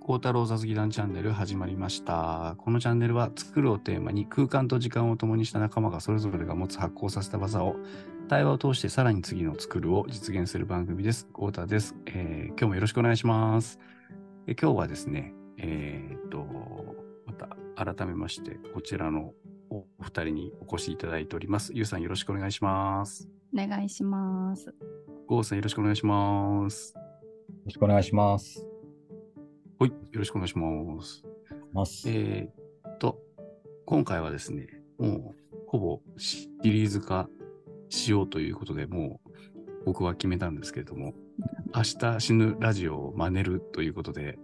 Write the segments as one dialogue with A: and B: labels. A: 幸太郎雑技団チャンネル始まりました。このチャンネルは作るをテーマに空間と時間を共にした仲間がそれぞれが持つ発行させた技を対話を通してさらに次の作るを実現する番組です。幸太です、えー今日もよろしくお願いします。え今日はですね、えーっと、また改めましてこちらのお二人にお越しいただいております。ゆうさんよろしくお願いします。
B: お願いします。
A: ゴーさんよろしくお願いします。
C: よろしくお願いします。
A: はい、よろしくお願いします。
C: ます
A: えーっと、今回はですね、もうほぼシリーズ化しようということで、もう僕は決めたんですけれども、明日死ぬラジオを真似るということで、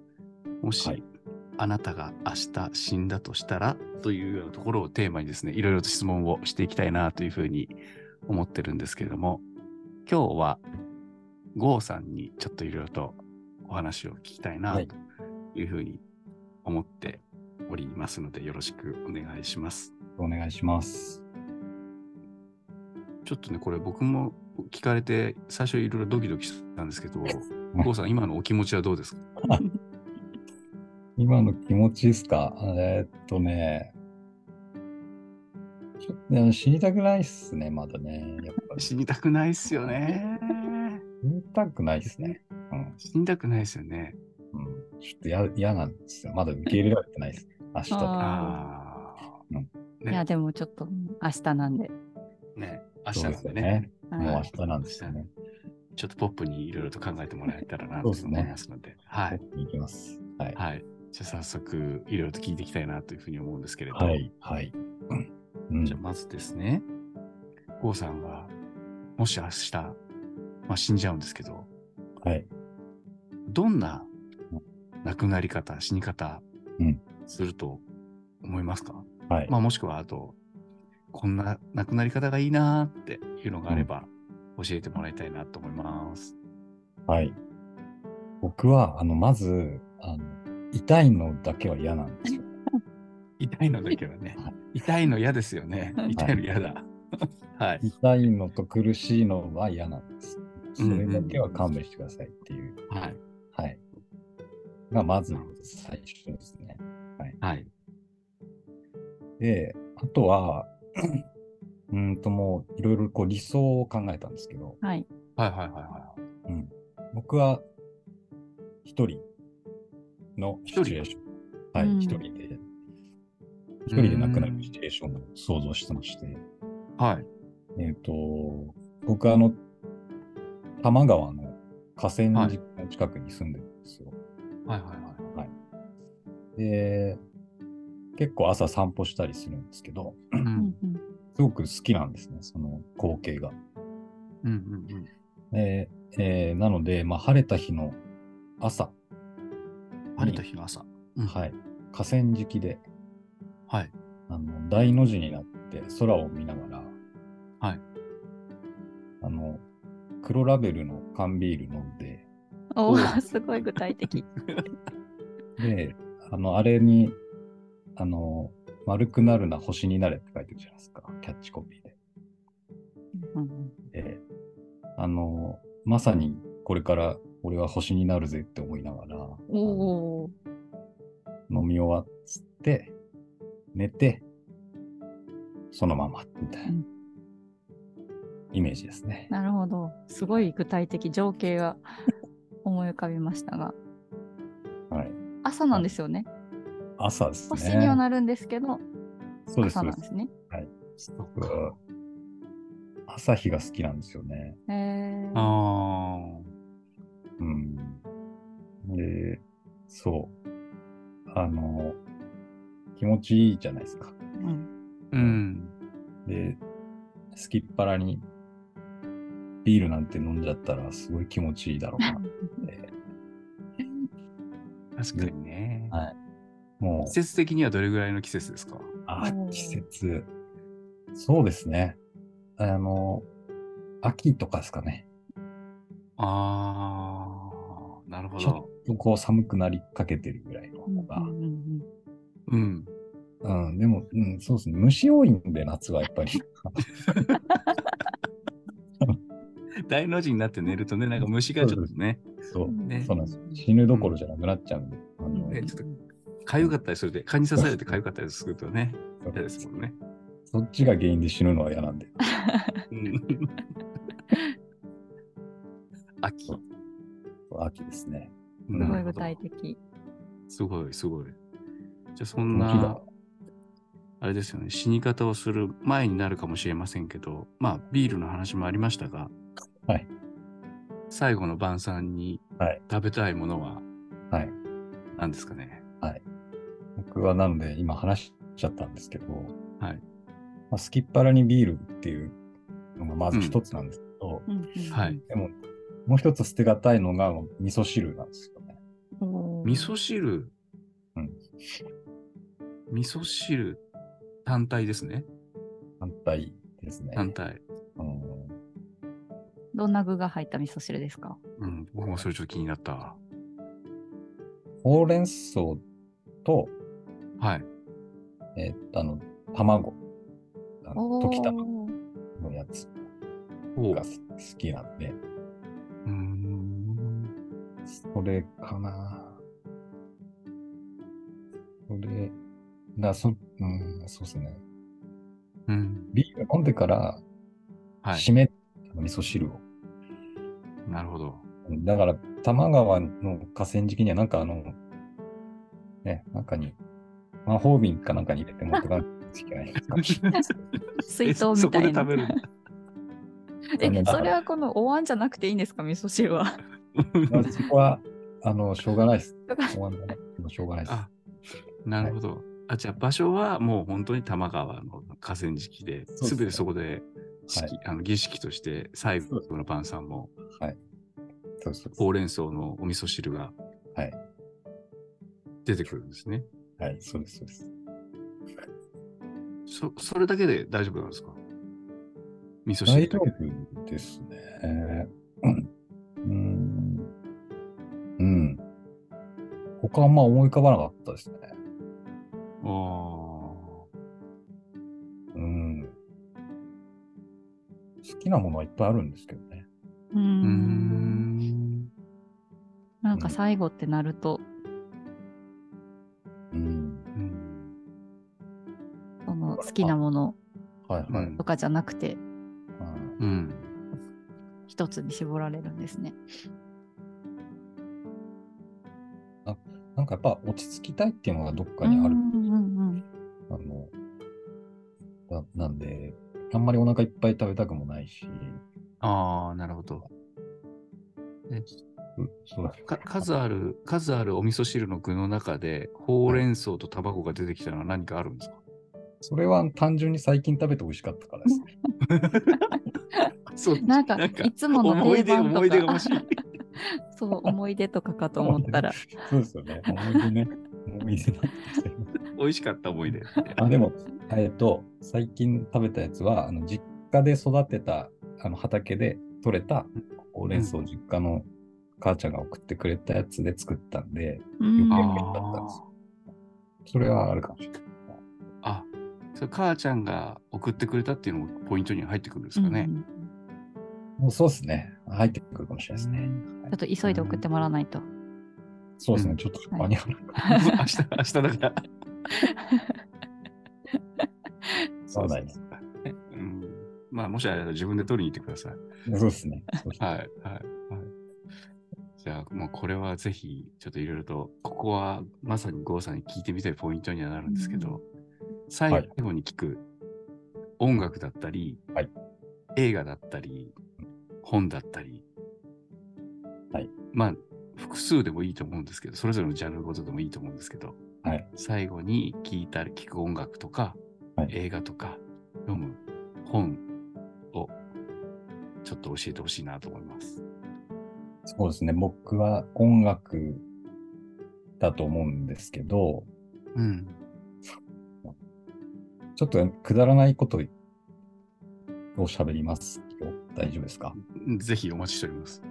A: もし、
C: はい
A: あなたが明日死んだとしたらというようなところをテーマにですね、いろいろと質問をしていきたいなというふうに思ってるんですけれども、今日は郷さんにちょっといろいろとお話を聞きたいな
C: はい
A: というふうに思っておりますので、よろしくお願いします。
C: お願いします。
A: ちょっとね、これ僕も聞かれて、最初いろいろドキドキしたんですけど、郷さん、今のお気持ちはどうですか
C: 今の気持ちですかえーっとね、ちょっとね死にたくないっすね、まだね。やっぱり
A: 死にたくないっすよね。
C: 死にたくないっすね。うん。
A: 死にたくないっすよね。
C: うん、ちょっとや嫌なんですよ。まだ受け入れられてないっす。明日
B: あー
A: ああ。
B: いや、でもちょっと明日なんで。
A: ね、明日
C: そう
A: なん
C: です
A: で
C: よ
A: ね。
C: ね。
B: はい
C: もう明日なんですよね。
A: ちょっとポップにいろいろと考えてもらえたらなと
C: そうです
A: 思
C: ね
A: いますので、はい、
C: いきます。はい。
A: はい。じゃあ早速いろいろと聞いていきたいなというふうに思うんですけれど、
C: はい。はい。うん
A: じゃあまずですね、郷さんがもし明日、まあ、死んじゃうんですけど、
C: はい。
A: どんな亡くなり方、死に方
C: うん
A: すると思いますか、
C: はい。
A: まあ、もしくはあと、こんな亡くなり方がいいなーっていうのがあれば教えてもらいたいなと思います。
C: はい。僕は、あの、まず、あの、痛いのだけは嫌なん ですよ。
A: 痛いのだけはね
C: はい、
A: 痛いの嫌ですよね
B: は。い
A: 痛いの嫌だ。はい。
C: 痛いのと苦しいのは嫌なんです。
A: う
C: そ
A: んう
C: れ
A: ん
C: だけは勘弁してくださいっていう。
A: はい。
C: はい。が、まず最初ですね。
A: はい。
C: で、あとは、 うーんともういろいろこう理想を考えたんですけど、
B: はい。
A: はいはいはいは
C: うん、僕は一人のシチュエーション。は
B: う
C: い、
B: ん
C: 一、人で、一人で亡くなるシチュエーションを想像してまして、
A: い。はい。
C: えっ、と、僕はあの、多摩川の河川敷の近くに住んでるんですよ。
A: はいはいはい。
C: で、結構朝散歩したりするんですけど、
A: うんう
B: うんんうん
C: すごく好きなんですね、その光景が。
A: うん
C: でえーなので、まあ、晴れた日の朝、
A: うん。晴れた日の朝。い。
C: はい、河川敷で
A: はい。
C: あの大の字になって空を見ながら、
A: はい、
C: あの黒ラベルの缶ビール飲んで、
B: お
A: お
B: お、すごい具体的。
C: で、あの、あれに、あの、丸くなるな、星になれって書いてるじゃないですか、キャッチコピーで。
B: うん
C: で、あの、まさにこれから俺は星になるぜって思いながら、
B: うんおお、
C: あの飲み終わって、寝て、そのまま、みたいな
B: うん
C: イメージですね。
B: なるほど。すごい具体的、情景が思い浮かびましたが。
C: はい。
B: 朝なんですよね。
C: 朝ですね。
B: 星にはなるんですけど、
C: そうです、
B: 朝
C: そ
B: な
C: うで
B: ん
C: す
B: で。すね。
A: そう
C: 僕
A: か。
C: は朝日が好きなんですよね。
B: へえ
A: ああ。
C: うん。で、そう。あの、気持ちいいじゃないですか。
B: うん
A: うん。
C: で、すきっ腹にビールなんて飲んじゃったらすごい気持ちいいだろう な。
A: 確かにね。
C: はいも
A: 季
C: う、
A: 節的にはどれぐらいの季節ですか
C: あ
B: おー、
C: 季節。そうですね。あの、秋とかですかね。
A: ああ。なるほ
C: ちょ
A: ど。
C: こう寒くなりかけてるぐらいの
B: うん
C: 方
B: う
C: が。
B: んうん
A: うん。
C: うん、でも、うん、そうですね。虫多いんで、夏はやっ ぱり。
A: 大の字になって寝るとね、なんか虫がちょっとね。
C: そう
B: う。ん
A: ね
C: そうなんですよ。死ぬどころじゃなくなっちゃうんで。うんの
A: ねちょっかゆかったりするで、蚊に刺されてかゆかったりするとね、嫌ですもんね。
C: そっちが原因で死ぬのは嫌なんで。
A: うん秋。
C: 秋ですね。
B: すご
A: ないるほ
B: 具
A: ど
B: 体的。
A: すごい、すごい。じゃあそん
C: この木が
A: な、あれですよね、死に方をする前になるかもしれませんけど、まあ、ビールの話もありましたが、
C: はい。
A: 最後の晩餐に
C: はい
A: 食べたいものは
C: はい。
A: 何ですかね。
C: 僕はなので今話しちゃったんですけど、
A: はい
C: まあ、スキッパラにビールっていうのがまず一つなんですけど、
B: うんうん
A: はい。
C: でももう一つ捨てがたいのが味噌汁なんですよね。
B: おー
A: 味噌汁、
C: うん
A: 味噌汁単体ですね。
C: 反対ですね。
A: 単体。
C: うん
B: どんな具が入った味噌汁ですか
A: うん、僕もそれちょっと気になった。
C: ほうれん草と、
A: はい。
C: えーっと、あの、卵。あの
B: お
C: 溶き卵
B: ー
C: のやつ
A: おう
C: が好きなんで、
A: ーん。
C: それかな。それ、だそ、うん、そうですね。
A: うん。
C: ビール飲んでから、
A: はい。
C: 締め、あの味噌汁を。
A: なるほ ど。
C: だから、多摩川の河川敷には、なんかあの、ね、中に、魔法瓶かなんかに入れて持ってかないといけないんですか
B: 水筒
A: え
B: みたい
A: そこ
B: な
A: で食。べるんだ。
B: え
C: あの、
B: それはこのお椀じゃなくていいんですか味噌汁は。
C: ま あそこは、あの、しょうがないです
B: ょうがな。
C: 終わんないしょうがないです。
A: あなるほど。あじゃあ場所はもう本当に多摩川の河川敷で、
C: そうです
A: す
C: ね
A: べてそこで式、あの儀式として最後の晩餐も
C: そうそうそ
A: ほうれん草のお味噌汁が
C: はい
A: 出てくるんですね。
C: う。はい、そうです、そうです。
A: そそれだけで大丈夫なんですか味噌
C: 大
A: 汁
C: 丈
A: だけで。
C: 夫ですね。うん。うん。他あんま思い浮かばなかったですね。
A: あ
C: うん。好きなものはいっぱいあるんですけどね。
B: うー
A: ーうー
B: ん。
A: ん。
B: なんか最後ってなると、
C: うん。
A: うん
B: その好きなもの
C: はいはい。
A: うん
B: とかじゃなくて、
C: うん
A: うん。
B: 一つに絞られるんですね。
C: なんかやっぱ落ち着きたいっていうのがどっかにある
B: う。んうん
C: あの、ななんで、あんまりお腹いっぱい食べたくもないし、
A: ああ、なるほど。
C: うそう
A: か数ある、数あるお味噌汁の具の中で、ほうれん草と卵が出てきたのは何かあるんですか、
C: それは単純に最近食べて美味しかったからですね。
A: そう
B: うんなんか、いつもの定番
A: 思い出が
B: とか
A: 欲、しい。
B: そう、思い出とかかと思ったら、
C: そうですよね。思い 出ね。思い出になってきて
A: 美味しかった思い出。
C: あでも、えっと、最近食べたやつは、あの実家で育てた、あの畑で採れたほうれん草を実家の母ちゃんが送ってくれたやつで作ったんで、
B: うん
C: 余計
A: あ
C: 美味しかったんですよ。それはあるかもしれない。
A: あ、それ母ちゃんが送ってくれたっていうのもポイントに入ってくるんですかね
B: う。んうん
C: もうそうですね。入ってくるかもしれないですね。
B: ちょっと急いで送ってもらわないと。
C: そうです
A: う
C: ね。
A: ん
C: ちょっと
B: はい
C: 間に合わない。
A: 明日、明日だから。
C: そうだね
A: うん。まあ、もしあれだと自分で取りに行ってください。
C: そうですね。そうですね
A: はい、はい、はい。じゃあ、もうこれはぜひ、ちょっといろいろと、ここはまさに郷さんに聞いてみたいポイントにはなるんですけど、最後に聞く音楽だったり、
C: はい
A: 映画だったり、本だったり、
C: はい
A: まあ、複数でもいいと思うんですけど、それぞれのジャンルごとでもいいと思うんですけど、
C: はい
A: 最後に聞いたり、聞く音楽とか、
C: はい
A: 映画とか、読む本をちょっと教えてほしいなと思います。
C: そうですね。僕は音楽だと思うんですけど、
A: うん。
C: ちょっとくだらないことを喋りますよ。大丈夫ですか
A: ぜひお待ちしており ます。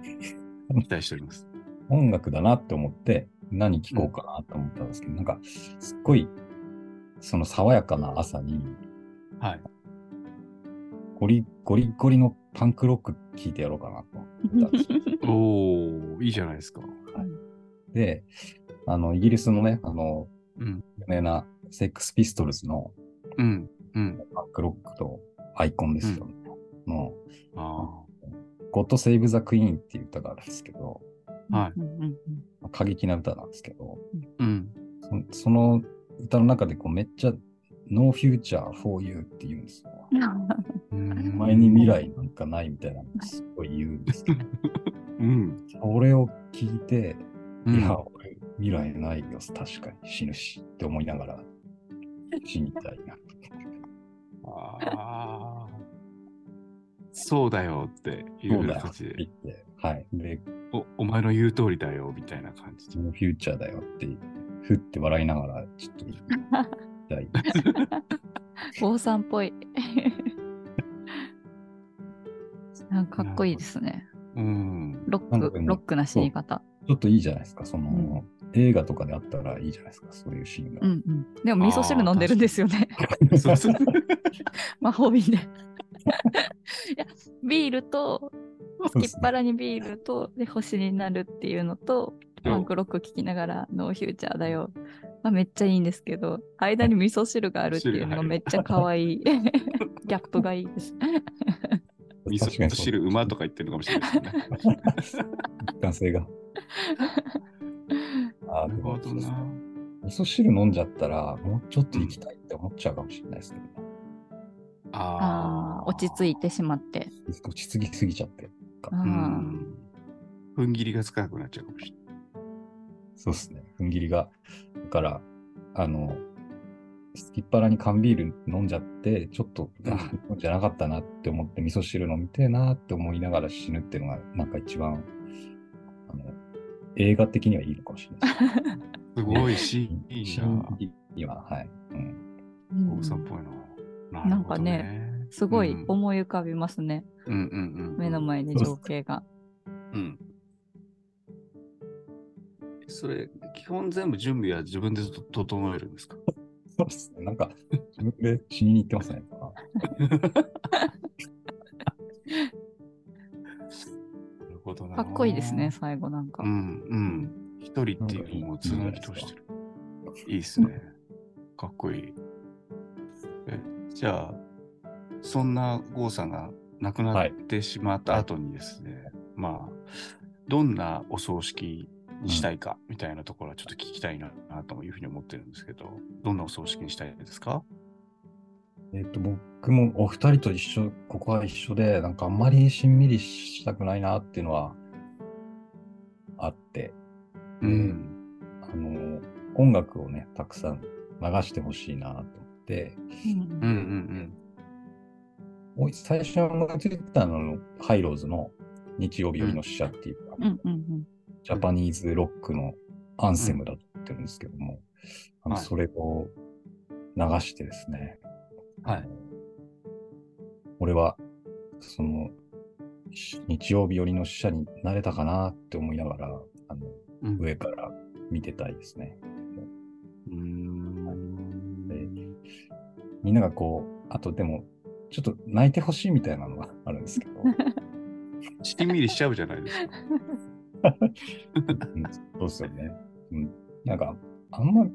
A: 期待しております。
C: 音楽だなって思って、何聴こうかなと思ったんですけど、なんか、すっごい、その爽やかな朝に、
A: はい。
C: ゴリゴリゴリのパンクロック聴いてや ろうかなと思ったんですよ。
A: おー、いいじゃないですか。
C: で、あの、イギリスのね、あの、
A: うん。
C: 有名なセックスピストルズの
A: うん。うん。
C: バックロックとアイコンですよ、ねの、
A: あ
C: ゴッド・セイブ・ザ・クイーンっていう歌があるんですけど、
A: はい
B: うんうん
C: まあ過激な歌なんですけど、
A: あ。うん。
C: そその歌の中でこうめっちゃ No Future for You って言うんですよ。
A: うん
C: 前に未。来なんかないみたいなのすごい言うんですけど、
A: うん。
C: それを聞いて、
A: うん
C: いや、俺未来ないよ、確かに死ぬしって思いながら死にたいな。
A: あーそうだよってい
C: そう
A: う
C: だよっ
A: 形
C: て
A: で
C: 言って、はい。で、
A: お、お前の言う通りだよみたいな感じで。
C: No Future だよって、ふって笑いながら、ちょっと行きたい。
B: 坊さんっぽい。 なんかかっこいいですね。
A: うん。
B: ロ
C: なん
B: ッ
C: か
B: ク、
C: ね
B: ロックな死に方。
C: ちょっといいじゃないですか、そ
B: う
C: の、
B: ん
C: 映画とかであったらいいじゃないですか、そういうシーン が。
B: うんうん。でも味噌汁飲んでるんですよね。
A: そうそう。
B: 魔法瓶で。 いや、ビールと、
C: そう
B: き
C: で
B: っ
C: すね
B: ぱらにビールと、で、星になるっていうのと、
A: そう
B: パンクロック聞きながら、ノーフューチャーだよ。まあ、めっちゃいいんですけど、間に味噌汁があるっていうのがめっちゃ可愛い。ギャップがいいです。
A: 味
C: 確
A: 噌
C: かにそう
A: 汁馬とか言ってるのかもしれないですね。
C: 一貫性が。あー
A: なる
C: でも
A: ほどな。
C: 味噌汁飲んじゃったら、もうちょっと行きたいって思っちゃうかもしれないですけど、ね
B: ああ、落ち着いてしまって。
C: 落ち着きすぎちゃって。
A: う
B: あー
A: ん。踏ん切りがつかなくなっちゃうかもしれない。
C: そうですね。踏ん切りが。だから、あの、すきっ腹に缶ビール飲んじゃって、ちょっと、
A: うん
C: あ飲んじゃなかったなって思って、味噌汁飲みてえなって思いながら死ぬっていうのが、なんか一番、あの、映画的にはいいのかもしれないで
A: す
C: す。
A: ごいシ
C: シ
A: ー
C: ー
A: ン
C: ン
A: が
C: 的には、 はい。うん。
B: うん
A: 王さんっぽいな。
B: な
A: な
B: んかね
A: るほどね
B: すごい
A: うん
B: 思い浮かびますね。
A: うんうんうん、
B: 目の前に
C: そうっす
B: 情景が。
A: うん。それ、基本全部準備は自分でと整えるんですか
C: そうですね。なんか、自分で死にに行ってますね。
A: なるほどな
B: かっこいいですね、。最後なんか
A: う。んうん。一人っていうのをずっとしてる。いいっすね。かっこいい。え、じゃあ、そんな郷さんが亡くなってしまった後にですね、まあ、どんなお葬式にしたいかみたいなところはちょっと聞きたいなというふうに思ってるんですけど、どんなお葬式にしたいですか
C: えっと、僕もお二人と一緒、ここは一緒で、なんかあんまりしんみりしたくないなっていうのはあって、
A: うん。
C: あの、音楽をね、たくさん流してほしいなと思って、
B: うん
A: うんうん
C: おい最初に思いついたのはハイローズの日曜日よりの死者っていうか、
B: うんうん
C: ジャパニーズロックのアンセムだと思ってるんですけども、あの
A: はい
C: それを流してですね、
A: はい
C: 俺は、その、し日曜日寄りの死者になれたかなって思いながら、あの
A: うん。うん
C: 上から見てたいですね。
A: うーん。
C: みんながこう、あとでも、ちょっと泣いてほしいみたいなのがあるん ですけど、
A: しんみりしちゃうじゃない ですか。
C: うんそうですよね。うん。なんか、あんま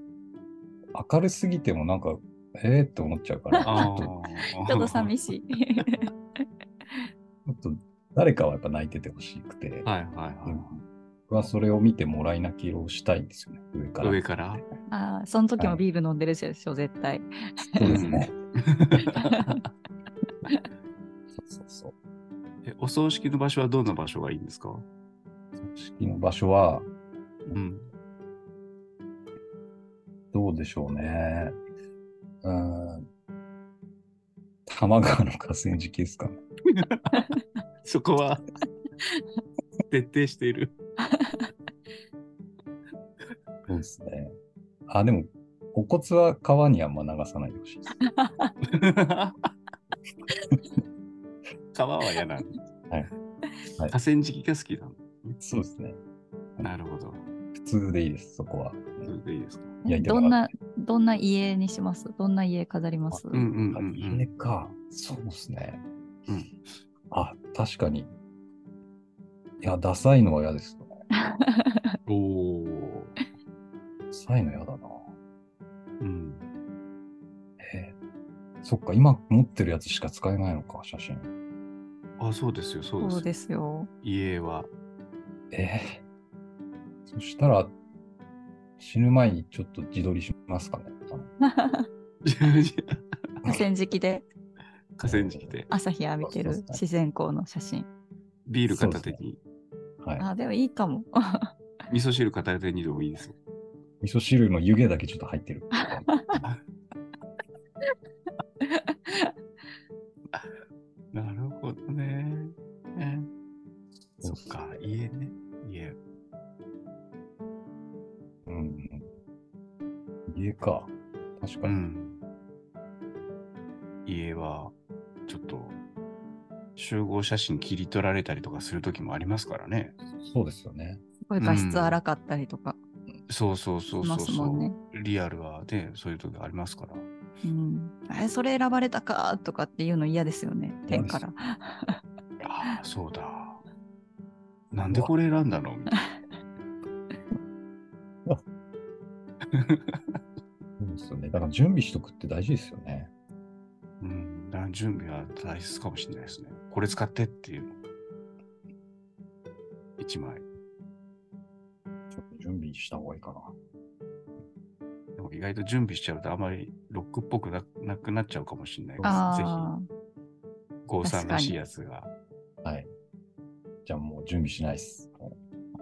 C: 明るすぎてもなんか、えーって思っちゃうから、ちょっと
B: うん。ちょっと寂しい。
C: ちょっと誰かはやっぱ泣いててほしくて、
A: はいはいはい。
C: 僕はそれを見てもらい泣きをしたいんですよね、上から。
A: 上から。
B: ああ、その時もビール飲んでるでしょ、絶対。
C: そうですね。そうそうそう。
A: えお葬式の場所はどんな場所がいいんですか
C: 葬式の場所は
A: うん。
C: どうでしょうね。うーん。玉川の河川敷ですかね。
A: そこ は徹底している。
C: そうですね。あ、でも、お骨は川にあんま流さないでほしいです。
A: 川は嫌なの。
C: はいはい
A: 河川敷が好きなの。
C: そうですね。
A: なるほど。
C: 普通でいいです、そこは。
A: それ でいいですか。
C: 焼いて
B: ど
C: も
B: ん
C: らっ
B: な、どんな家にしますどんな家飾ります
A: うんうんう
C: あ
A: ん
C: 家か。そうですね。
A: うん
C: あ、確かに。いや、ダサいのは嫌ですよね。
A: うん。おお。
C: 臭いのやだな。
A: うん。
C: へえそっか、今持ってるやつしか使えないのか、写真。
A: あ、そうですよ、そうです。
B: そうですよ。
A: 家は。
C: ええそしたら、死ぬ前にちょっと自撮りしますかね。あの
B: 河川敷で
A: 河川敷で。
B: 朝日浴びてる自然光の写真。
A: ビール片手に、
C: はい。
B: あ、でもいいかも。
A: 味噌汁片手にでもいいですよ。
C: 味噌汁の湯気だけちょっと 入ってる。
A: なるほどね。ねそっか、家ね。家。
C: うん。家か。確か
A: う
C: に。
A: ん。家は、ちょっと、集合写真切り取られたりとかする時もありますからね。
C: そうですよね。
B: すごい画質荒かったりとか
A: そうそう
B: し
A: そうそ
B: ま
A: う
B: す
A: そ
B: も
A: う、
B: んね。
A: リアルはね、そういう時ありますから。
B: うん、えそれ選ばれたかとかっていうの嫌ですよね天から
A: ああ、そうだ。なんでこれ選んだのみたいな。
C: そうですよね。だから準備しとくって大事ですよね。
A: うん。だから準備は大切かもしれないですね。これ使ってっていうの。一枚。
C: ちょっと準備した方がいいかな。
A: でも意外と準備しちゃうとあまりロックっぽくななくなっちゃうかもしれないから、ぜ
B: あー
A: ひ、郷さんらしいやつが。
C: はい。じゃあもう準備しないっす。も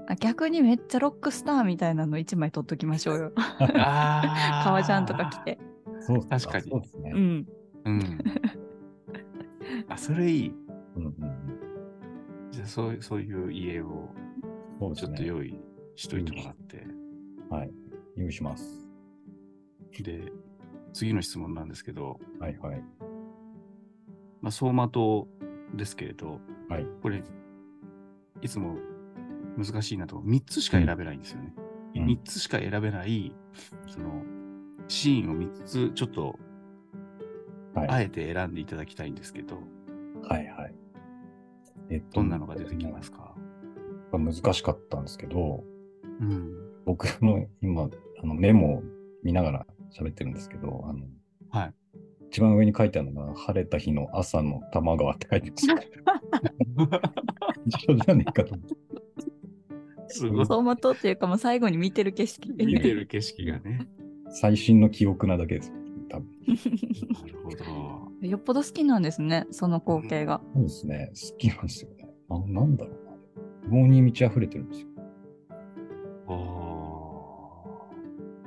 B: あ逆にめっちゃロックスターみたいなの1枚撮っときましょうよ
A: あ
B: 革ジャンとか着。て
C: うそう
A: 確かに
C: そうですね。
B: う
C: うん
B: ん
A: うん。あ、それいい。
C: うんうん。
A: じゃあそういう、そういう家を
C: そうで
A: ち
C: す
A: ょっ
C: ね。
A: と用意しといてもらって。
C: はい。用意します。
A: で、次の質問なんですけど、
C: はいはい。
A: まあ、走馬灯ですけれど、
C: はい
A: これ、いつも難しいなと、3つしか選べないんですよね。
C: うん
A: 3つしか選べない、その、シーンを3つ、ちょっと、
C: はい。
A: あえて選んでいただきたいんですけど、
C: はいはい。えっと、
A: どんなのが出てきますか
C: 難しかったんですけど、
A: うん。
C: 僕の今、あのメモを見ながら喋ってるんですけど、あの、
A: はい。
C: 一番上に書いてあるのが、晴れた日の朝の多摩川って書いてます。一緒じゃねえかと思って。
A: すごい。
B: 走馬灯っていうかもう最後に見てる景色
A: 見てる景色が ね。
C: 最新の記憶なだけです。多分。
A: なるほど。
B: よっぽど好きなんですねその光景が、
C: そうですね。好きなんですよね。あなんだろうな。希望に満ち溢れてるんですよ。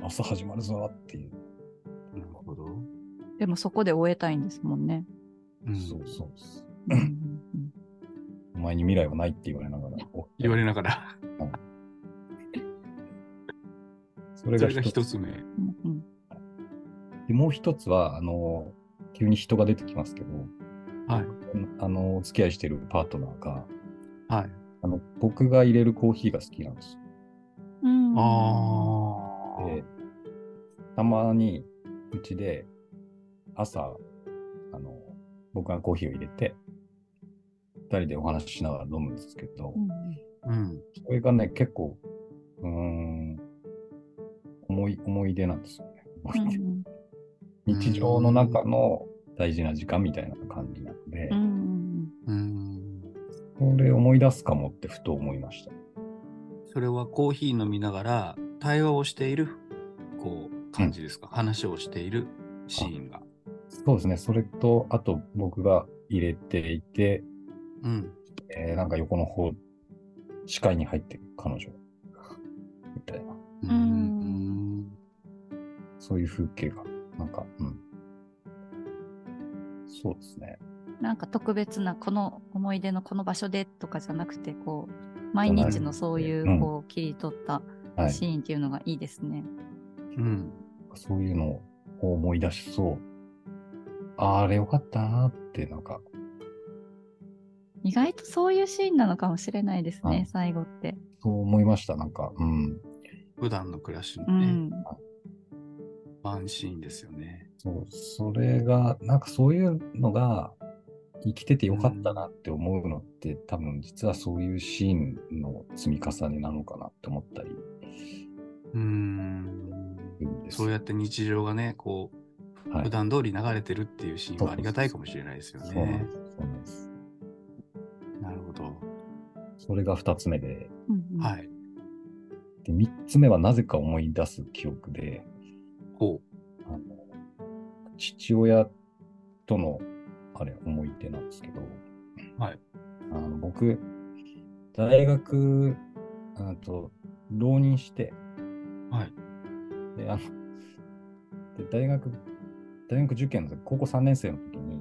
A: あ
C: 朝始まるぞっていう。
A: あ、なるほど。
B: でもそこで終えたいんですもん ね、
A: うん
C: そうそうです。
B: うんうん
C: お前に未来はないって言われながら。お
A: 言われながら、
C: それ
A: そ
C: が
A: れが一
C: 一つ
A: つ目。
B: うんうんうん
C: でもう一つは、あの、急に人が出てきますけど、
A: はい。
C: あの、お付き合いしてるパートナーが、
A: はい。
C: あの、僕が入れるコーヒーが好きなんです
B: うん
A: ああ。
C: よ。で、たまに、うちで、朝、あの、僕がコーヒーを入れて、二人でお話ししながら飲むんですけど、
B: うん
A: うん。
C: それがね、結構、うーん、思い、思い出なんですよね。思
B: う
C: い出
B: ん
C: 日常の中の大事な時間みたいな感じなので、
B: うんうん
A: うん。
C: これ思い出すかもってふと思いました。
A: それはコーヒー飲みながら対話をしているこう感じですか、話をしているシーンが。
C: そうですね。それと、あと僕が入れていて、
A: うん。
C: えーなんか横の方、視界に入ってる彼女。みたいな。
A: う
B: うん
A: ん。
C: そういう風景が、なんか、うん。そうですね。
B: なんか特別なこの思い出のこの場所でとかじゃなくてこう毎日のそうい
C: うん
B: うこう切り取った
C: はい。
B: シーンっていうのがいいですね。
A: うん。
C: そういうのを思い出しそう。あーあれよかったなーって、なんか、
B: 意外とそういうシーンなのかもしれないですね、
C: うん
B: 最後って。
C: そう思いました。なんか、うん。
A: 普段の暮らしの
B: う
A: ね、
B: ん。
A: ワンシーンですよね。
C: そう、それが、なんかそういうのが、生きててよかったなって思うのって、多分実はそういうシーンの積み重ねなのかなって思ったり
A: うーん。
C: うんです
A: そうやって日常がね、こう、
C: はい
A: 普段通り流れてるっていうシーンはありがたいかもしれないですよ
C: そうなん
A: ね
C: で。す。そうなんです。
A: なるほど。
C: それが2つ目で、
B: うんうん
A: はい。
C: で3つ目はなぜか思い出す記憶で、
A: ほ
C: あの父親とのあれ思い出なんですけど、
A: はい
C: あの僕、大学あと浪人して、
A: はい
C: であので大学大学受験の時高校3年生の時に
A: う。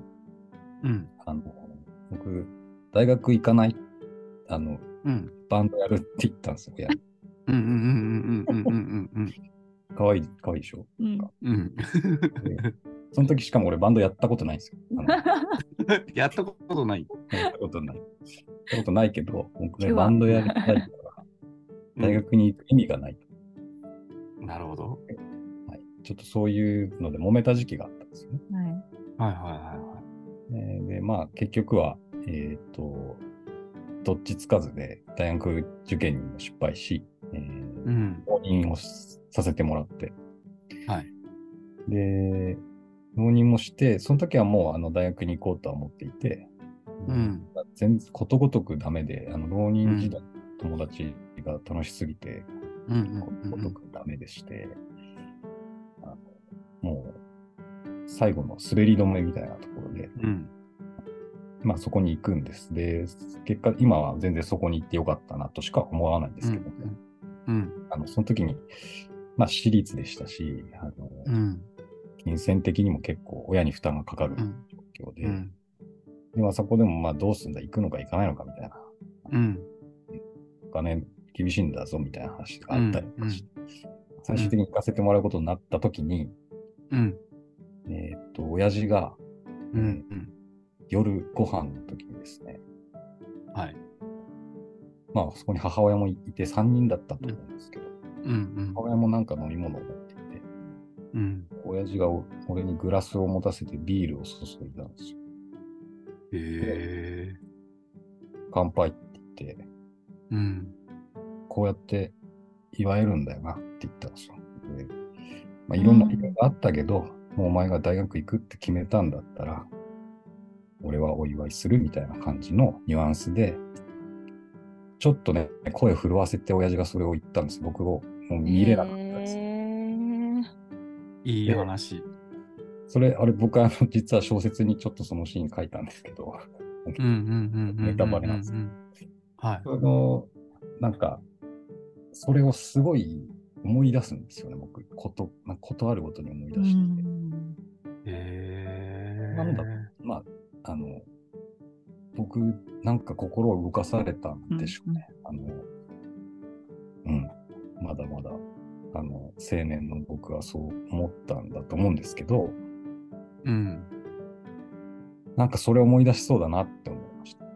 A: うん。
C: あの僕大学行かないあの
A: うん。
C: バンドやるって言ったんですよ。いや
A: うんうんうんうんうんうんうんうん
C: かわいいかわいいでしょ。
B: うん
A: うん
C: その時しかも俺バンドやったことないんですよ。あの
A: うん。 やったことない。
C: やったことない。やったことないけど、僕
B: 今日
C: ね、
B: は
C: バンドやりたいから、大学に行く意味がない、
A: うんなるほど。
C: はい。ちょっとそういうので揉めた時期があったんですよね。
B: はい
A: はいはいは
C: えーで、まあ結局は、えっ、と、どっちつかずで大学受験にも失敗し、えー
A: いはい。うん。
C: 浪人をしさせてもらって。
A: はい。
C: で、浪人もして、その時はもうあの大学に行こうとは思っていて、
A: うん。
C: 全然ことごとくダメで、あの浪人時代の友達が楽しすぎて、
A: うんうん
C: こと
A: う
C: ごと
A: ん
C: くダメでして、あのもう最後の滑り止めみたいなところで、
A: うん。
C: まあそこに行くんです。で、結果、今は全然そこに行ってよかったなとしか思わないんですけど、
A: うん。
C: あのその時に、まあ私立でしたし、あの
A: うん。
C: 金銭的にも結構親に負担がかかる状況で、
A: うん。
C: でまあそこでもまあどうすんだ、行くのか行かないのかみたいな
A: うん。
C: お金厳しいんだぞみたいな話があったりとかして、最終
A: うん
C: 的に行かせてもらうことになった時に、
A: うん。
C: えーっと、親父が
A: うん。うん。
C: 夜ご飯の時にですね、
A: はい。
C: まあそこに母親もいて3人だったと思うんですけど、
A: うん
C: 母親もなんか飲み物を持っていて、
A: うん。うん。
C: 親父がお俺にグラスを持たせてビールを注いだんですよ。
A: へえ。
C: 乾杯って言って、
A: うん。
C: こうやって祝えるんだよなって言ったんですよ。でまあ、いろんな理由があったけど、もうお前が大学行くって決めたんだったら、俺はお祝いするみたいな感じのニュアンスで、ちょっとね、声震わせて親父がそれを言ったんです。僕をもう見れなかったです。
B: へー
A: いい話。
C: それ、あれ僕あの、実は小説にちょっとそのシーン書いたんですけど、
A: うんうんうん。はい。
C: その、なんか、それをすごい思い出すんですよね、僕。こと、なんかことあるごとに思い出し
B: う
C: て。
B: ん
A: へえ。
C: まあ、あの、僕、なんか心を動かされたんでしょうね。あの、うん、まだまだ、あの、青年の僕はそう思ったんだと思うんですけど、
A: うん。
C: なんかそれを思い出しそうだなって思いました。
A: あ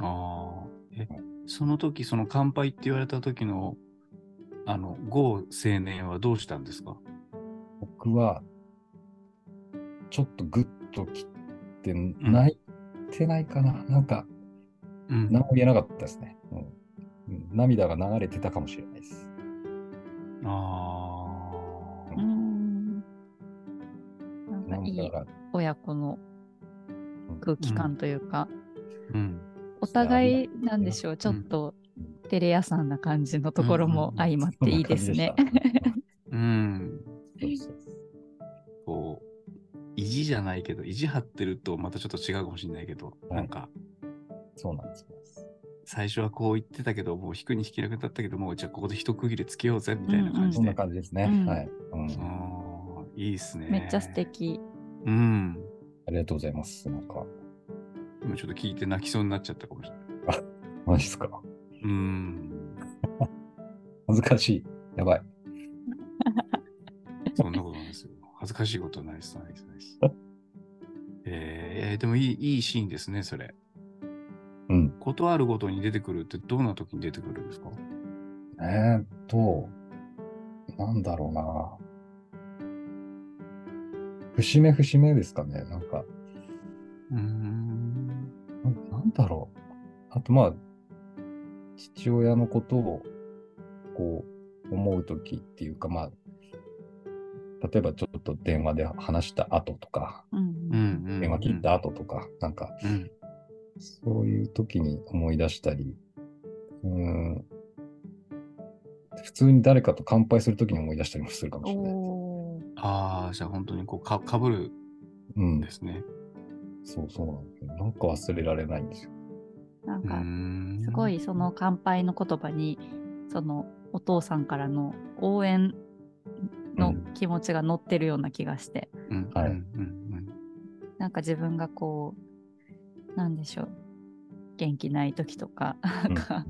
A: あ。え、その時、その乾杯って言われた時の、あの、豪青年はどうしたんですか
C: 僕は、ちょっとグッときて、泣いてないかな、なんか、
A: うん
C: 何も言えなかったですね。うんうん涙が流れてたかもしれないです。
A: ああ。
B: うんなんか
C: ないん
B: い
C: か
B: 親子の空気感というか、
A: うん。
B: お互いなんでしょう、ちょっと照れ屋さんな感じのところも相まっていいですね。
C: そんな感じでした
A: うん。
C: そ うそうそう
A: こう、意地じゃないけど、意地張ってるとまたちょっと違うかもしれないけど、
C: はい
A: なんか、
C: そうなんですよ。
A: 最初はこう言ってたけど、もう引くに引けなくなったけど、もうじゃあここで一区切りつけようぜみたいな感じ
C: そ
A: で。
C: ん
A: う
C: な感じですね。
B: うん
C: はい、うん
A: ん
C: あ
A: いいですね。
B: めっちゃ素。敵。
A: うん。
C: りがとうございます。なんか、
A: 今ちょっと聞いて泣きそうになっちゃったかもしれない。
C: マジっすか。
A: うん。
C: 恥ずかしい。やばい。
A: そんなことないですよ。 恥ずかしいことはないです、ないです、ないです。えーえーでもいいいいシーンですね、それ。
C: うん。
A: ことあるごとに出てくるって、どんな時に出てくるんですか
C: えーっと、なんだろうな。節目節目ですかね。なんか、
A: うーん。
C: なんなんだろう。あと、まあ、父親のことを、こう、思う時っていうか、まあ、例えばちょっと電話で話した後とか、
B: うん
A: う
B: うんん
A: うんうん
C: 電話切った後とか、なんか、
A: うん
C: そういう時に思い出したり、うーん、普通に誰かと乾杯する時に思い出したりもするかもしれないです。
B: おー
A: ああ、じゃあ本当にこうかかぶる
C: うんん
A: で、すね。
C: そうそうなんですよ。なんか忘れられないんですよ。
B: なん
A: うー
B: か
A: ん
B: すごいその乾杯の言葉にそのお父さんからの応援の気持ちが乗ってるような気がして、
A: うん
C: はい
A: うんうん
B: なんか自分がこうなんでしょう元気ない時とかなんか、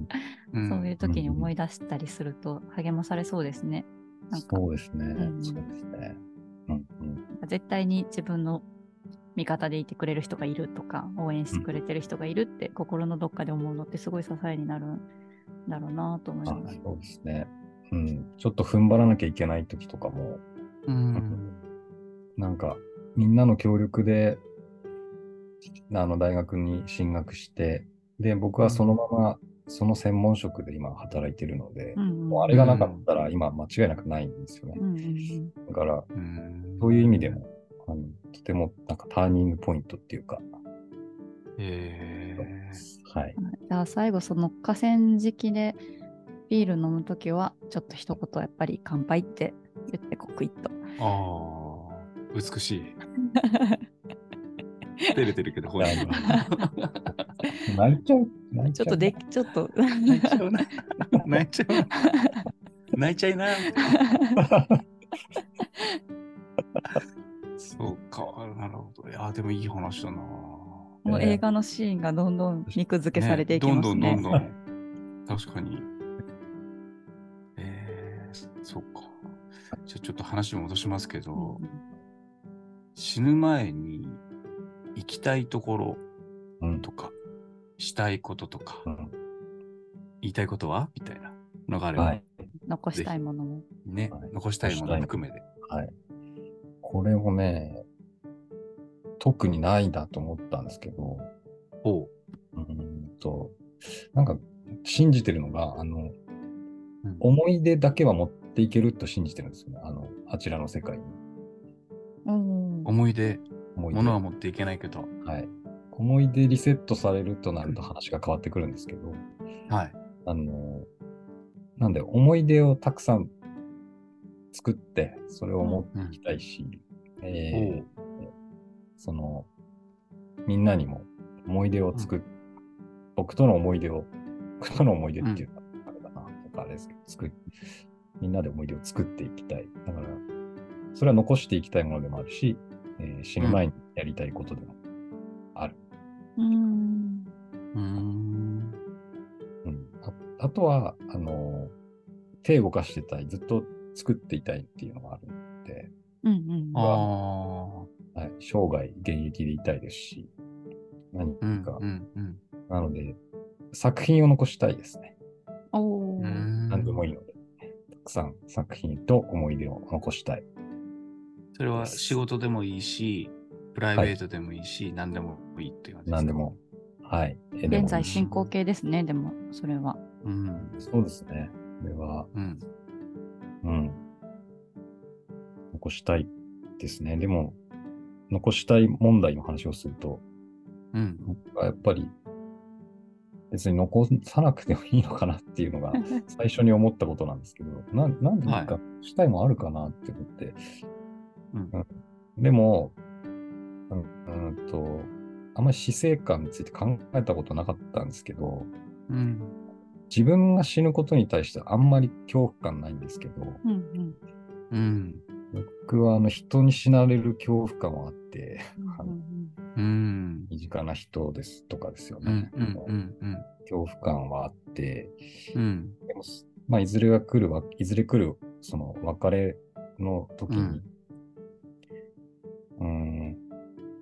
A: うん
B: そういう時に思い出したりすると励まされそうですね。なんか
C: そうですね。
B: ん
C: そうですね。うんうん、
B: 絶対に自分の味方でいてくれる人がいるとか応援してくれてる人がいるって心のどっかで思うのってすごい支えになるんだろうなと思い
C: あ
B: ます。
C: そうですね、うん。ちょっと踏ん張らなきゃいけない時とかも、
A: うん
C: なんか、みんなの協力で、あの、大学に進学して、で、僕はそのまま、その専門職で今働いてるので、
B: うんうん
C: もうあれがなかったら今間違いなくないんですよね
B: う。んうん
C: だから、
A: うん
C: そういう意味でも、あのとてもなんかターニングポイントっていうか、
A: え
C: はい。
B: うんじゃあ最後その河川敷でビール飲むときはちょっと一言やっぱり乾杯って言ってこうクイッと。
A: ー、ああ、美し い。照れてるけど、本人は。
C: 泣いちゃう、泣い
B: ちょっ
C: ちゃ
B: と
C: う。
B: でちょっと
A: 泣いちゃうな。泣いちゃうな。泣いちゃいな。 そうか、なるほど。いやー、でもいい話だな。
B: もう映画のシーンがどんどん肉付けされていきますね。
A: どんどんどんどん。確かに。えー、そっか。じゃあちょっと話戻しますけど、
B: うん
A: 死ぬ前に行きたいところ
C: うん
A: とか、したいこととか、
C: うん
A: 言いたいことはみたいなのがあれば、
C: はい。
B: 残したいものも。
A: ね、
C: はい
A: 残したいものも含めて。
C: はい。これもね、特にないなと思ったんですけど、
A: おう。
C: うーんと、なんか信じてるのが、あの、
A: うん
C: 思い出だけは持っていけると信じてるんですよね。あの、あちらの世界に。
B: うん
A: 思い出、
C: 思い出。
A: ものは持っていけないけど。
C: はい。思い出リセットされるとなると話が変わってくるんですけど、
A: はい。
C: あの、なんで思い出をたくさん作って、それを持っていきたいし、えー
A: おう。
C: その、みんなにも思い出を作っ、僕との思い出を、僕との思い出っていうか、あれだな、なんかあれですけど、作っ、みんなで思い出を作っていきたい。だから、それは残していきたいものでもあるし、えー死ぬ前にやりたいことでも、
B: うん
A: うーん。
C: うんあ。あとは、あの、手動かしてたい、ずっと作っていたいっていうのがあるので、
B: うん
A: あ
C: あ
A: あ。
C: はい、生涯現役でいたいですし、何
A: うん。
C: か、
A: うん。うん
C: なので、作品を残したいですね。
B: おお
A: う
B: ー。
A: ん。
C: 何でもいいので、たくさん作品と思い出を残したい。
A: それは仕事でもいいし、プライベートでもいいし、何でもいいっていう感じですか
C: 何で。も。はい。えでも
B: 現在進行形ですね、でも、それは。
A: うん。
C: そうですね。これは、
A: うん。
C: うん。残したいですね。でも、残したい問題の話をすると、
A: うん。
C: 僕はやっぱり、別に残さなくてもいいのかなっていうのが最初に思ったことなんですけど、ななんでなんかしたいもあるかなって思って、
A: うん
C: でも、うんうーんと、あんまり死生観について考えたことなかったんですけど、
A: うん。
C: 自分が死ぬことに対してあんまり恐怖感ないんですけど、
B: うんうん
A: うん。
C: 僕はあの人に死なれる恐怖感はあって、
B: うんうん
A: うん。
C: 身近な人ですとかですよ
A: うん。うん
C: ね。。
A: うん。
C: 恐怖感はあって、
A: うん。
C: でも、まあ、いずれが来るわ、いずれ来る、その別れの時に、うーん、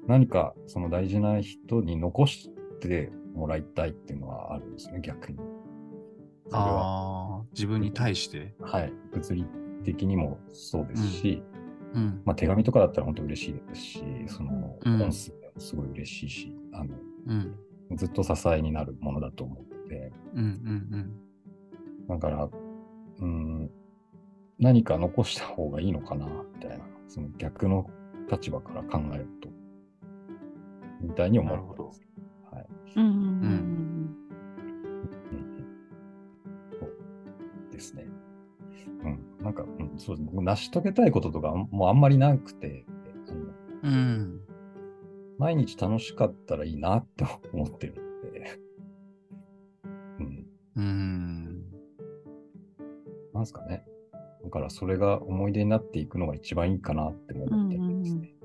C: 何かその大事な人に残してもらいたいっていうのはあるんですね、逆に。それは、
A: ああ、自分に対して。
C: はい、物理的にもそうですし、
A: うん。
C: まあ、手紙とかだったら本当嬉しいですし、その
A: うん
C: 音声もすごい嬉しいし、あの、
A: うん。
C: ずっと支えになるものだと思うので、
A: うん。うん。
C: だから、うーん、何か残した方がいいのかな、みたいな、その逆の立場から考えると、みたいに思
A: な
C: う
A: るほど。
C: はい。
B: うんうんうん
C: そうですね。うん。なんか、うん、そうですね。僕成し遂げたいこととか、もうあんまりなくて、あの
A: うん。
C: 毎日楽しかったらいいなって 思ってるんで。うん。
A: うん。
C: なんすかね。だからそれが思い出になっていくのが一番いいかなっても思ってるんですね。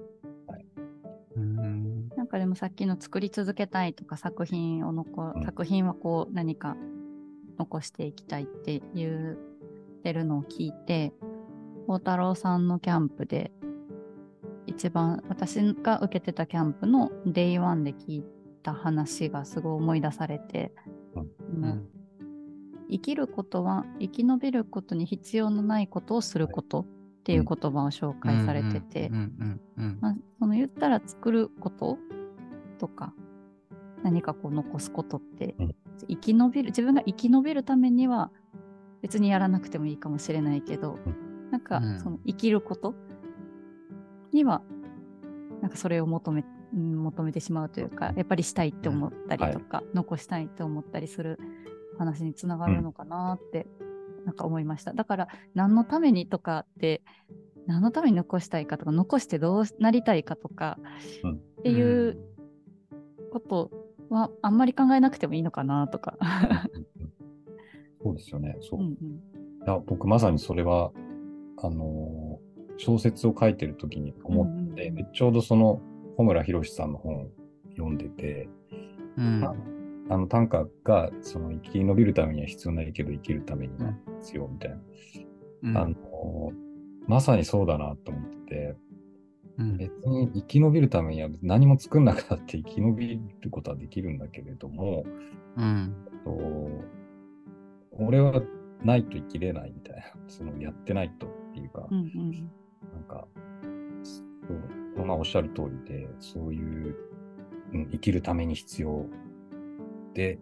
A: うん。
B: なんかでもさっきの作り続けたいとか作品を残、
C: うん
B: 作品はこう何か残していきたいって言ってるのを聞いて、孝太郎さんのキャンプで、一番私が受けてたキャンプのデイワンで聞いた話がすごい思い出されて、
A: う
B: もうん生きることは生き延びることに必要のないことをすることっていう言葉を紹介されてて、
A: うんうん
B: まあ、その言ったら作ることとか何かこう残すことって、
C: うん
B: 生き延びる自分が生き延びるためには別にやらなくてもいいかもしれないけど、
C: う
B: なんか
A: うん
B: その生きることにはなんかそれを求めうん求めてしまうというかやっぱりしたいって思ったりとか、残したいって思ったりする話につながるのかなって、なんか思いましただから何のためにとかって何のために残したいかとか残してどうなりたいかとか、
C: うん
B: っていうことはあんまり考えなくてもいいのかなとか。
C: そうですよね。そうう。い
B: んうん
C: や、僕まさにそれは、あのー小説を書いてる時に思って、
B: うんうんうん
C: でちょうどその、小村博さんの本を読んでて、
A: うん
C: まああの短歌がその生き延びるためには必要ないけど生きるためには必要みたいな、
A: うん
C: あのまさにそうだなと思って
A: うん
C: て別に生き延びるためには別に何も作んなくたって生き延びることはできるんだけれども
A: うん
C: えっと俺はないと生きれないみたいなそのやってないとっていうか、
B: うんうん
C: なんかそうまあおっしゃる通りでそういう、うん、生きるために必要で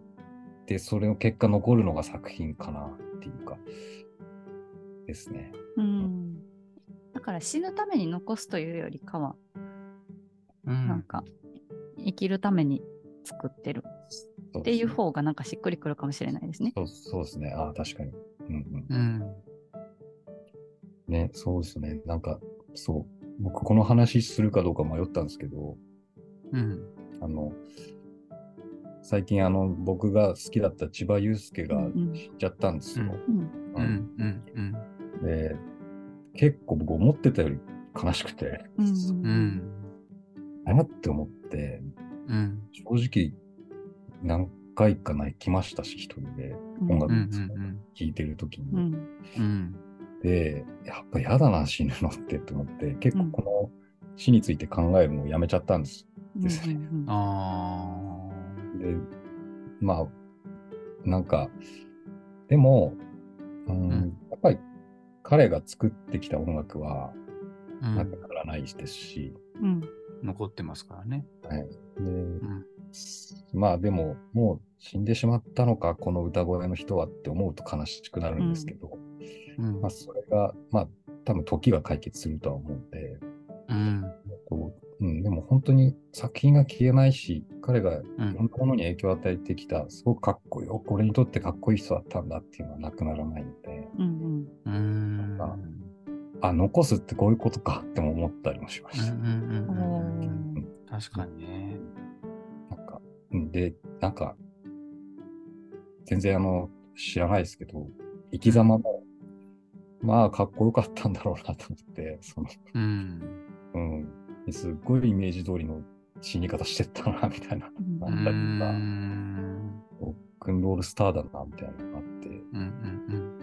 C: でそれの結果残るのが作品かなっていうかですね。
B: うんだから死ぬために残すというよりかは、
A: うん
B: なんか生きるために作ってる
C: っ
B: っていう方がなんかしっくりくるかもしれないですね。
C: そうそうですね。ああ、確かに。うんうん。
A: うん
C: ね、そうですね。なんか、そう。僕、この話するかどうか迷ったんですけど、
A: うん
C: あの、最近、あの、僕が好きだった千葉雄介が
B: うんうん
C: 死んじゃったんですよ。
B: う
A: う
B: ん
A: んうんうん
C: うんで、結構僕思ってたより悲しくて、
B: うん
A: う
B: うん
A: ん
C: あらって思って、
A: うん
C: 正直、何回か泣きましたし、一人で
B: うん
C: 音楽
A: うん
C: 聴いてる時に。
B: うん
A: うん
C: で、やっぱ嫌だな、死ぬのってと思って、結構この死について考えるのをやめちゃったんです。ですね
B: うん
A: あ
C: で、まあ、なんか、でも、うん
A: うん
C: やっぱり彼が作ってきた音楽は、
A: あ、う
C: なん
A: ん、
C: かからないですし、
B: うん
A: 残ってますからね。
C: はい。
A: う
C: で、
A: ん
C: まあでも、もう死んでしまったのか、この歌声の人はって思うと悲しくなるんですけど、
A: うん
C: まあそれが、まあ多分時が解決するとは思うんで、
A: うん
C: こううん、でも本当に作品が消えないし、彼がい
A: うん
C: ろんなものに影響を与えてきた、すごくかっこよ、これにとってかっこいい人だったんだっていうのはなくならないので、
B: うん
A: うんうん
C: なんかあ、残すってこういうことかっても思ったりもしました。
B: う
A: うんうん
B: ん
A: 確かにね。
C: なんか、うんで、なんか、全然あの、知らないですけど、生き様も、まあ、かっこよかったんだろうなと思って、その、
A: うん
C: うん、すっごいイメージ通りの死に方してったな、みたいな。
B: うん
A: う
C: なんん
A: う
C: だ
A: ん
C: ロックンロールスターだな、みたいなのがあって、
A: うん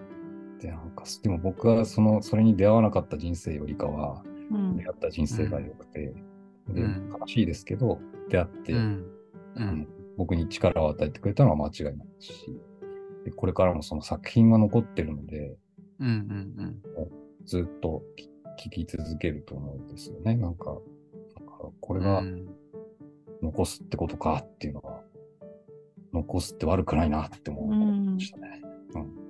C: で、なんか、でも僕はその、それに出会わなかった人生よりかは、
B: うん
C: 出会った人生が良くて、で
A: うん
C: 悲しいですけど、出会って、
A: うんう
C: あの
A: ん
C: 僕に力を与えてくれたのは間違いないし、でこれからもその作品が残ってるので、
A: うんうん
C: ずっと聴き続けると思うんですよね。なんか、なんか
A: う
C: これ
A: ん
C: が残すってことかっていうのは、残すって悪くないなって思いましたね。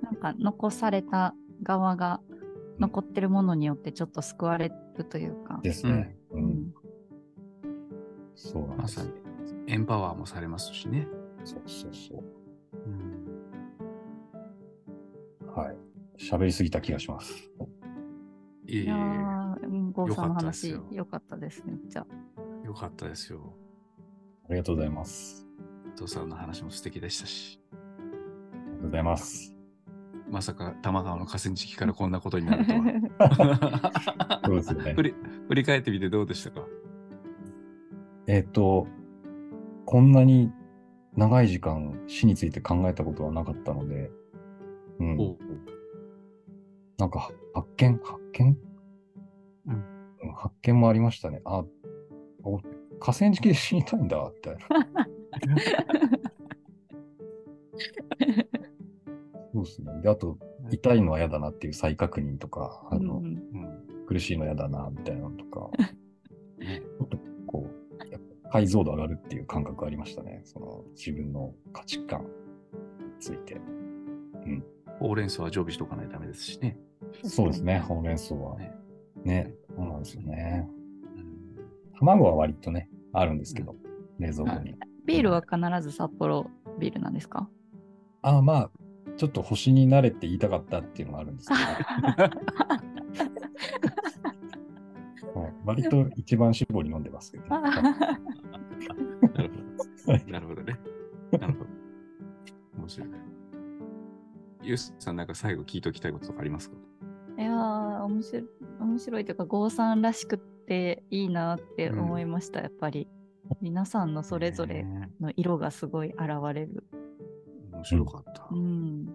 B: なんか残された側が残ってるものによってちょっと救われるというか。
C: ですね。う。
B: うんん
C: そうなん
A: ま
C: です
A: さに。エンパワーもされますしね。
C: そうそうそ
A: うん、
C: う。はい。喋りすぎた気がします。
A: いえい
B: い
A: え
B: や、ー、うん郷さん
A: よ
B: の話
A: かったですよ、
B: 良かったですね。じゃあ、
A: よかったですよ。
C: ありがとうございます。
A: お父さんの話も素敵でしたし、
C: ありがとうございます。
A: まさか玉川の河川敷からこんなことになるとは。
C: そうですよね
A: 振り振り返ってみてどうでしたか
C: えっ、と、こんなに長い時間死について考えたことはなかったので、うん。
A: おう
C: なんか発見、発見、
A: う
C: うん発見もありましたね。あ、お河川敷で死にたいんだ、みたいな。そうですね。で、あと、痛いのは嫌だなっていう再確認とか、あの、
B: うん
A: うん
C: 苦しいの嫌だな、みたいなのとか、ねちょっとこう、やっぱ解像度上がるっていう感覚ありましたね。その、自分の価値観について。
A: ほうれん草は常備しとかないとダメですしね。
C: そうですね、ほうれん草は
A: ね。
C: ね、そうなんですよね。
A: うん
C: 卵は割とね、あるんですけど、冷蔵庫に。
B: ビールは必ず札幌ビールなんですか
C: ああ、まあ、ちょっと星になれって言いたかったっていうのがあるんで すけど、はい、割と一番搾り飲んでますけど、ね。はい
A: なるほど。なるほどね。 なるほど。面白い。ユースさん、なんか最後聞いておきたいこととかありますか
B: いやー面白い面白いというか郷さんらしくていいなって思いました、やっぱり皆さんのそれぞれ
A: ね
B: の色がすごい現れる、
A: 面白かった
B: う。ん、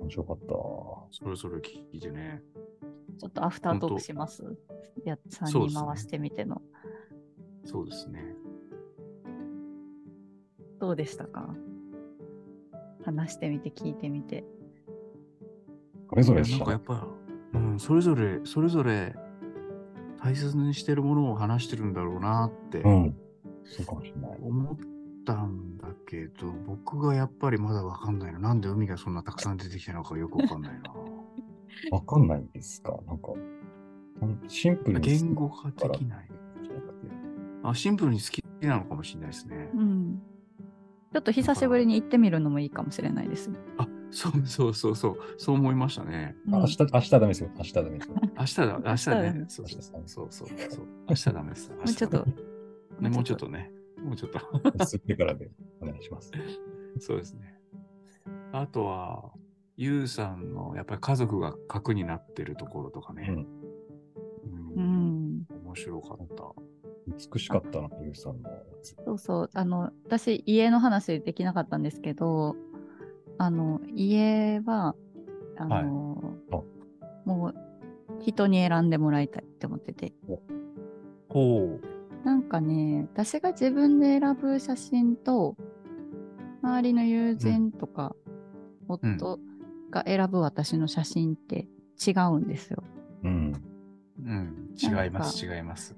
C: 面白かった。
A: それぞれ聞いてね。
B: ちょっとアフタートークしますいや
A: そう
B: 3
A: です
B: 人
A: ね
B: 回してみての、
A: そうですね。
B: どうでしたか話してみて聞いてみて
C: それぞ
A: い
C: れ
A: や
C: で
A: な
C: し
A: んかや
C: た
A: っ。ぱ、うん、それぞれ、それぞれ大切にしてるものを話してるんだろうなって
C: うん。そうかもしれない。
A: 思ったんだけど、僕がやっぱりまだわかんないの。なんで海がそんなたくさん出てきたのかよくわかんないな。
C: わかんないですかなんか、なんシンプルに。
A: 言語化できない。
C: じゃなくて
A: あ、シンプルに好きなのかもしれないですね。
B: うんちょっと久しぶりに行ってみるのもいいかもしれないです、う
A: あ、そうそうそうそう、そう思いましたね。
B: ん
C: あ明日、明日ダメですよ。明日ダメ ですよ。
A: 明日だ、明日
B: 明日
A: ね
B: だ。
A: そうそう
C: 明日
A: そうそうそう。明日ダメです。
B: もうちょっと
A: ね、もうちょっとね。もうちょっと。
C: 吸ってからでお願いします。
A: そうですね。あとは、ゆうさんのやっぱり家族が核になってるところとかね。うん
B: うん
A: 面白かった。
C: 美しかったな、ゆうさんのやつ。
B: そうそう、あの、私、家の話できなかったんですけど、あの、家は、あの、
C: はい
B: もう、人に選んでもらいたいって思ってて、
A: ほ
B: なんかね、私が自分で選ぶ写真と、周りの友人とか、
A: うん
B: 夫が選ぶ私の写真って違うんですよ。
C: うん。
A: う。うん。違います、違います。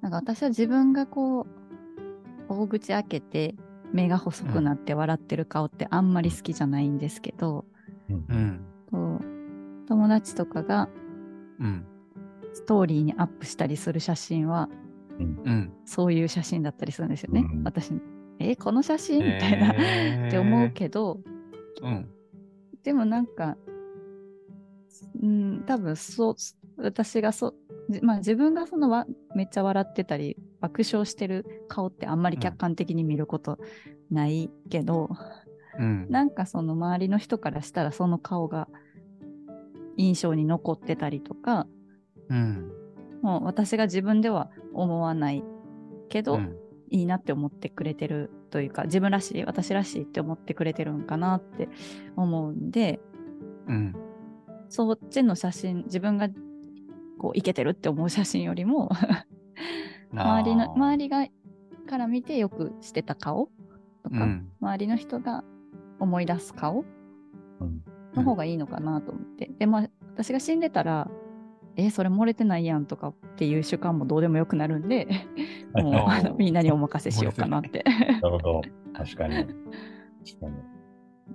B: なんか私は自分がこう、大口開けて、目が細くなって笑ってる顔ってあんまり好きじゃないんですけど、
C: うん
A: う。ん。
B: こう友達とかが
A: うん。
B: ストーリーにアップしたりする写真は
A: うん。
B: そういう写真だったりするんですよね。
C: うん
B: 私えこの写真みたいな、
A: えー
B: って思うけど
A: うん。
B: でもなんかうん多分そう私がそ、じまあ、自分がそのわめっちゃ笑ってたり爆笑してる顔ってあんまり客観的に見ることないけど、
A: うん。
B: なんかその周りの人からしたらその顔が印象に残ってたりとか
A: うん。
B: もう私が自分では思わないけど、
A: うん
B: いいなって思ってくれてるというか自分らしい私らしいって思ってくれてるんかなって思うんで
A: うん。
B: そっちの写真自分がこうイケてるって思う写真よりも周りの周
A: り
B: りがから見てよくしてた顔と
A: う
B: か、
A: ん。
B: 周りの人が思い出す顔
C: うん
B: の方がいいのかなと思って、でまあ私が死んでたらえそれ漏れてないやんとかっていう主観もどうでもよくなる んでもうあのみんなにお任せしようかなって。
C: なるほど。確かに。確かに。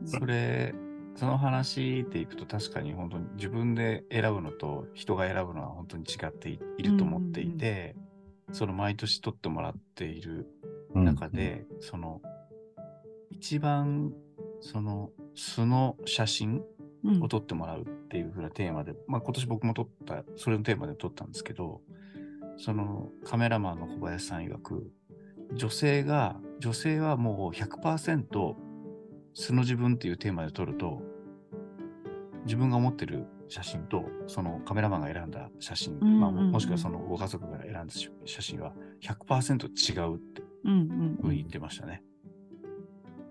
A: それ、その話でいくと確かに本当に自分で選ぶのと人が選ぶのは本当に違っていいると思っていて、その毎年取ってもらっている中で、その一番その素の写真
B: うん
A: を撮ってもらうっていう風なテーマで、まあ今年僕も撮った、それのテーマで撮ったんですけど、そのカメラマンの小林さん曰く、女性が、女性はもう100%素の自分っていうテーマで撮ると、自分が持ってる写真と、そのカメラマンが選んだ写真、
B: ん
A: まあ、
B: うんうん
A: もしくはそのご家族が選んだ写真は100%違うって
B: うんうんう
A: 風に
B: ん
A: 言ってましたね。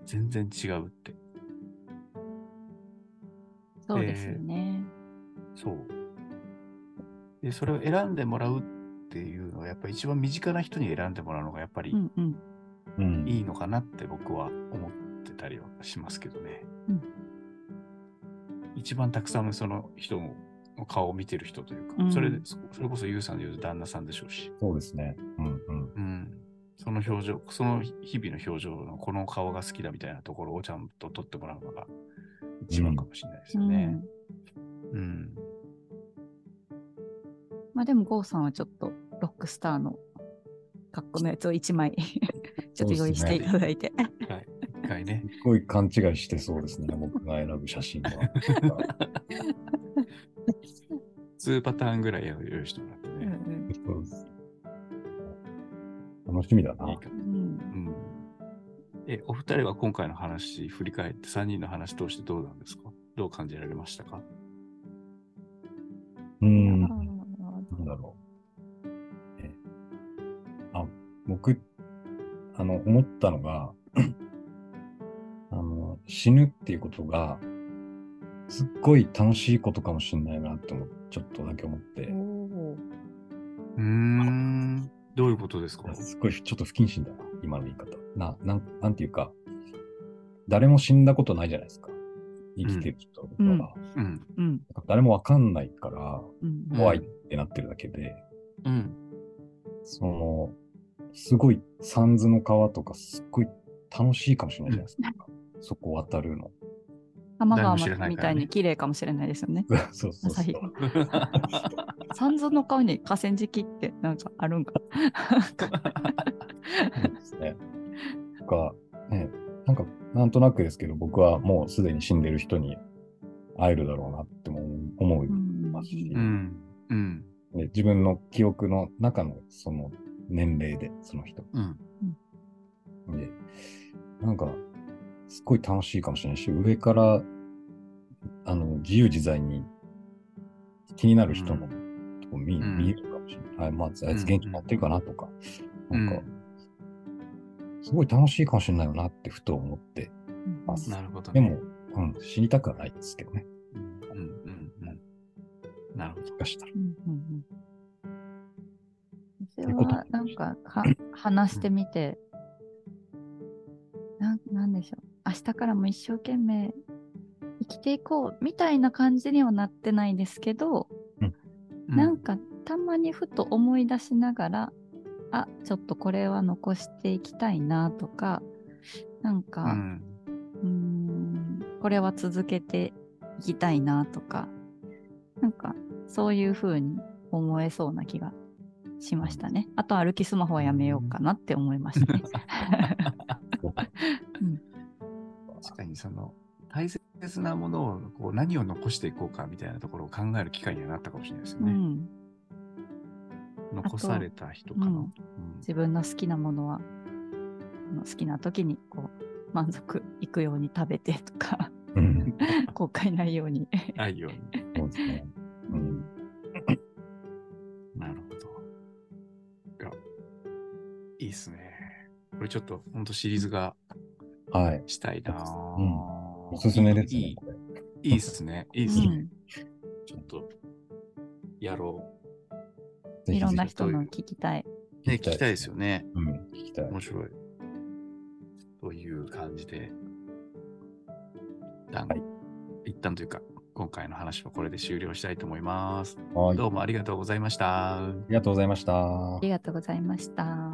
A: 全然違うって。
B: そうですよね。
A: そう。で、それを選んでもらうっていうのは、やっぱり一番身近な人に選んでもらうのが、やっぱり
B: うんうん。
C: うん。
A: いいのかなって僕は思ってたりはしますけどね。
B: うん
A: 一番たくさんのその人の顔を見てる人というか、
B: うん
A: それで、そそれこそユウさんで言うと旦那さんでしょうし、
C: そうですね。うんうん。
A: うん。その表情、その日々の表情のこの顔が好きだみたいなところをちゃんと撮ってもらうのが一番かもしれないですよね。うん。
B: うんまあでも、ゴーさんはちょっとロックスターの格好のやつを1枚ちょっと用意していただいて。
A: 一回ね。
C: すごい勘違いしてそうで すね。僕が選ぶ写真は。
A: 2パターンぐらい用意してもらってね。
B: うん
C: そうです楽しみだ
A: い。
C: ない
A: か
B: う
A: も
B: ん
A: うんえ、お二人は今回の話、振り返って、3人の話通してどうなんですかどう感じられましたか
C: うん。
B: あ
C: な
B: ー
C: んだろう。えあ、僕、あの、思ったのが、あの、死ぬっていうことが、すっごい楽しいことかもしれないなって思っちょっとだけ思って、
B: おー
A: うーん。どういうことですか
C: すっごいちょっと不謹慎だな、今の言い方。な、なん、なんていうか、誰も死んだことないじゃないですか。生きてる人は。
B: うんうん
C: なんか
A: うん。
B: うん
C: 誰もわかんないから、
B: うん
A: うん
C: 怖いってなってるだけで、
A: うん。
C: その、すごい、サンズの川とか、すっごい楽しいかもしれないじゃないですか。そこ渡るの。
B: 玉
A: 誰
B: 川
A: も知らないからね
B: みたいに綺麗かもしれないですよね。
C: そうそう
B: 朝
C: そう
B: 日。三蔵の顔に河川敷ってなんかあるんか。
C: そうですね。とか、ね、なんか、なんとなくですけど、僕はもうすでに死んでる人に会えるだろうなっても思いますし、
A: う。
B: うん
A: うん。
C: で自分の記憶の中のその年齢で、その人。
A: うん。
C: で、なんか、すごい楽しいかもしれないし、上から、あの、自由自在に気になる人のとこ見,、
A: うん
C: 見えるかもしれない。あまあ、あいつ元気になってるかなとか、
A: うん
C: なんか、すごい楽しいかもしれないよなってふと思って、
B: ん
C: あ
A: なるほど
C: で
A: ね。
C: も、うん、死にたくはないですけどね、
A: うん、うん、うん。うんなるほど。
C: もしかした ら。
B: うんうんうん
C: いう
B: 私
C: こと
B: はなんかか話してみて、なんなんでしょう、明日からも一生懸命生きていこうみたいな感じにはなってないですけど、
A: う
B: なんかたまにふと思い出しながら、あちょっとこれは残していきたいなとか、なんか、
A: うん。
B: うーんこれは続けていきたいなとか、なんかそういう風に思えそうな気がしましたね。あと歩きスマホはやめようかなって思いまし たね。
A: 確かにその、大切なものを、こう、何を残していこうかみたいなところを考える機会にはなったかもしれないですよ
B: う
A: ね。
B: ん、
A: 残された人かな。
B: う
A: うんん
B: 自分の好きなものはあの好きな時にこう満足いくように食べて とか
C: うん、
B: 後悔ないように。
A: ないように。
C: そうですね。うん
A: なるほど。いや、いいっすね。これちょっと、ほんとシリーズが
C: はい。
A: したいなぁ、
C: おすすめです
A: い
C: ね
A: い、
C: これ。
A: いいっすね。いいっす
B: う
A: ね。
B: ん
A: ちょっと、やろ
C: ぜ
B: い
C: ひ
B: ろんな
C: ぜ
B: 人の聞きたい。
A: う。ね、
C: 聞きたい
A: 聞きたいですよね。
C: ひ、うん、聞きたい。
A: 面白い。という感じで、一旦、
C: はい
A: 一旦というか、今回の話はこれで終了したいと思います。
C: はい。
A: どうもありがとうございました。
C: ありがとうございました
B: あ。りがとうございました。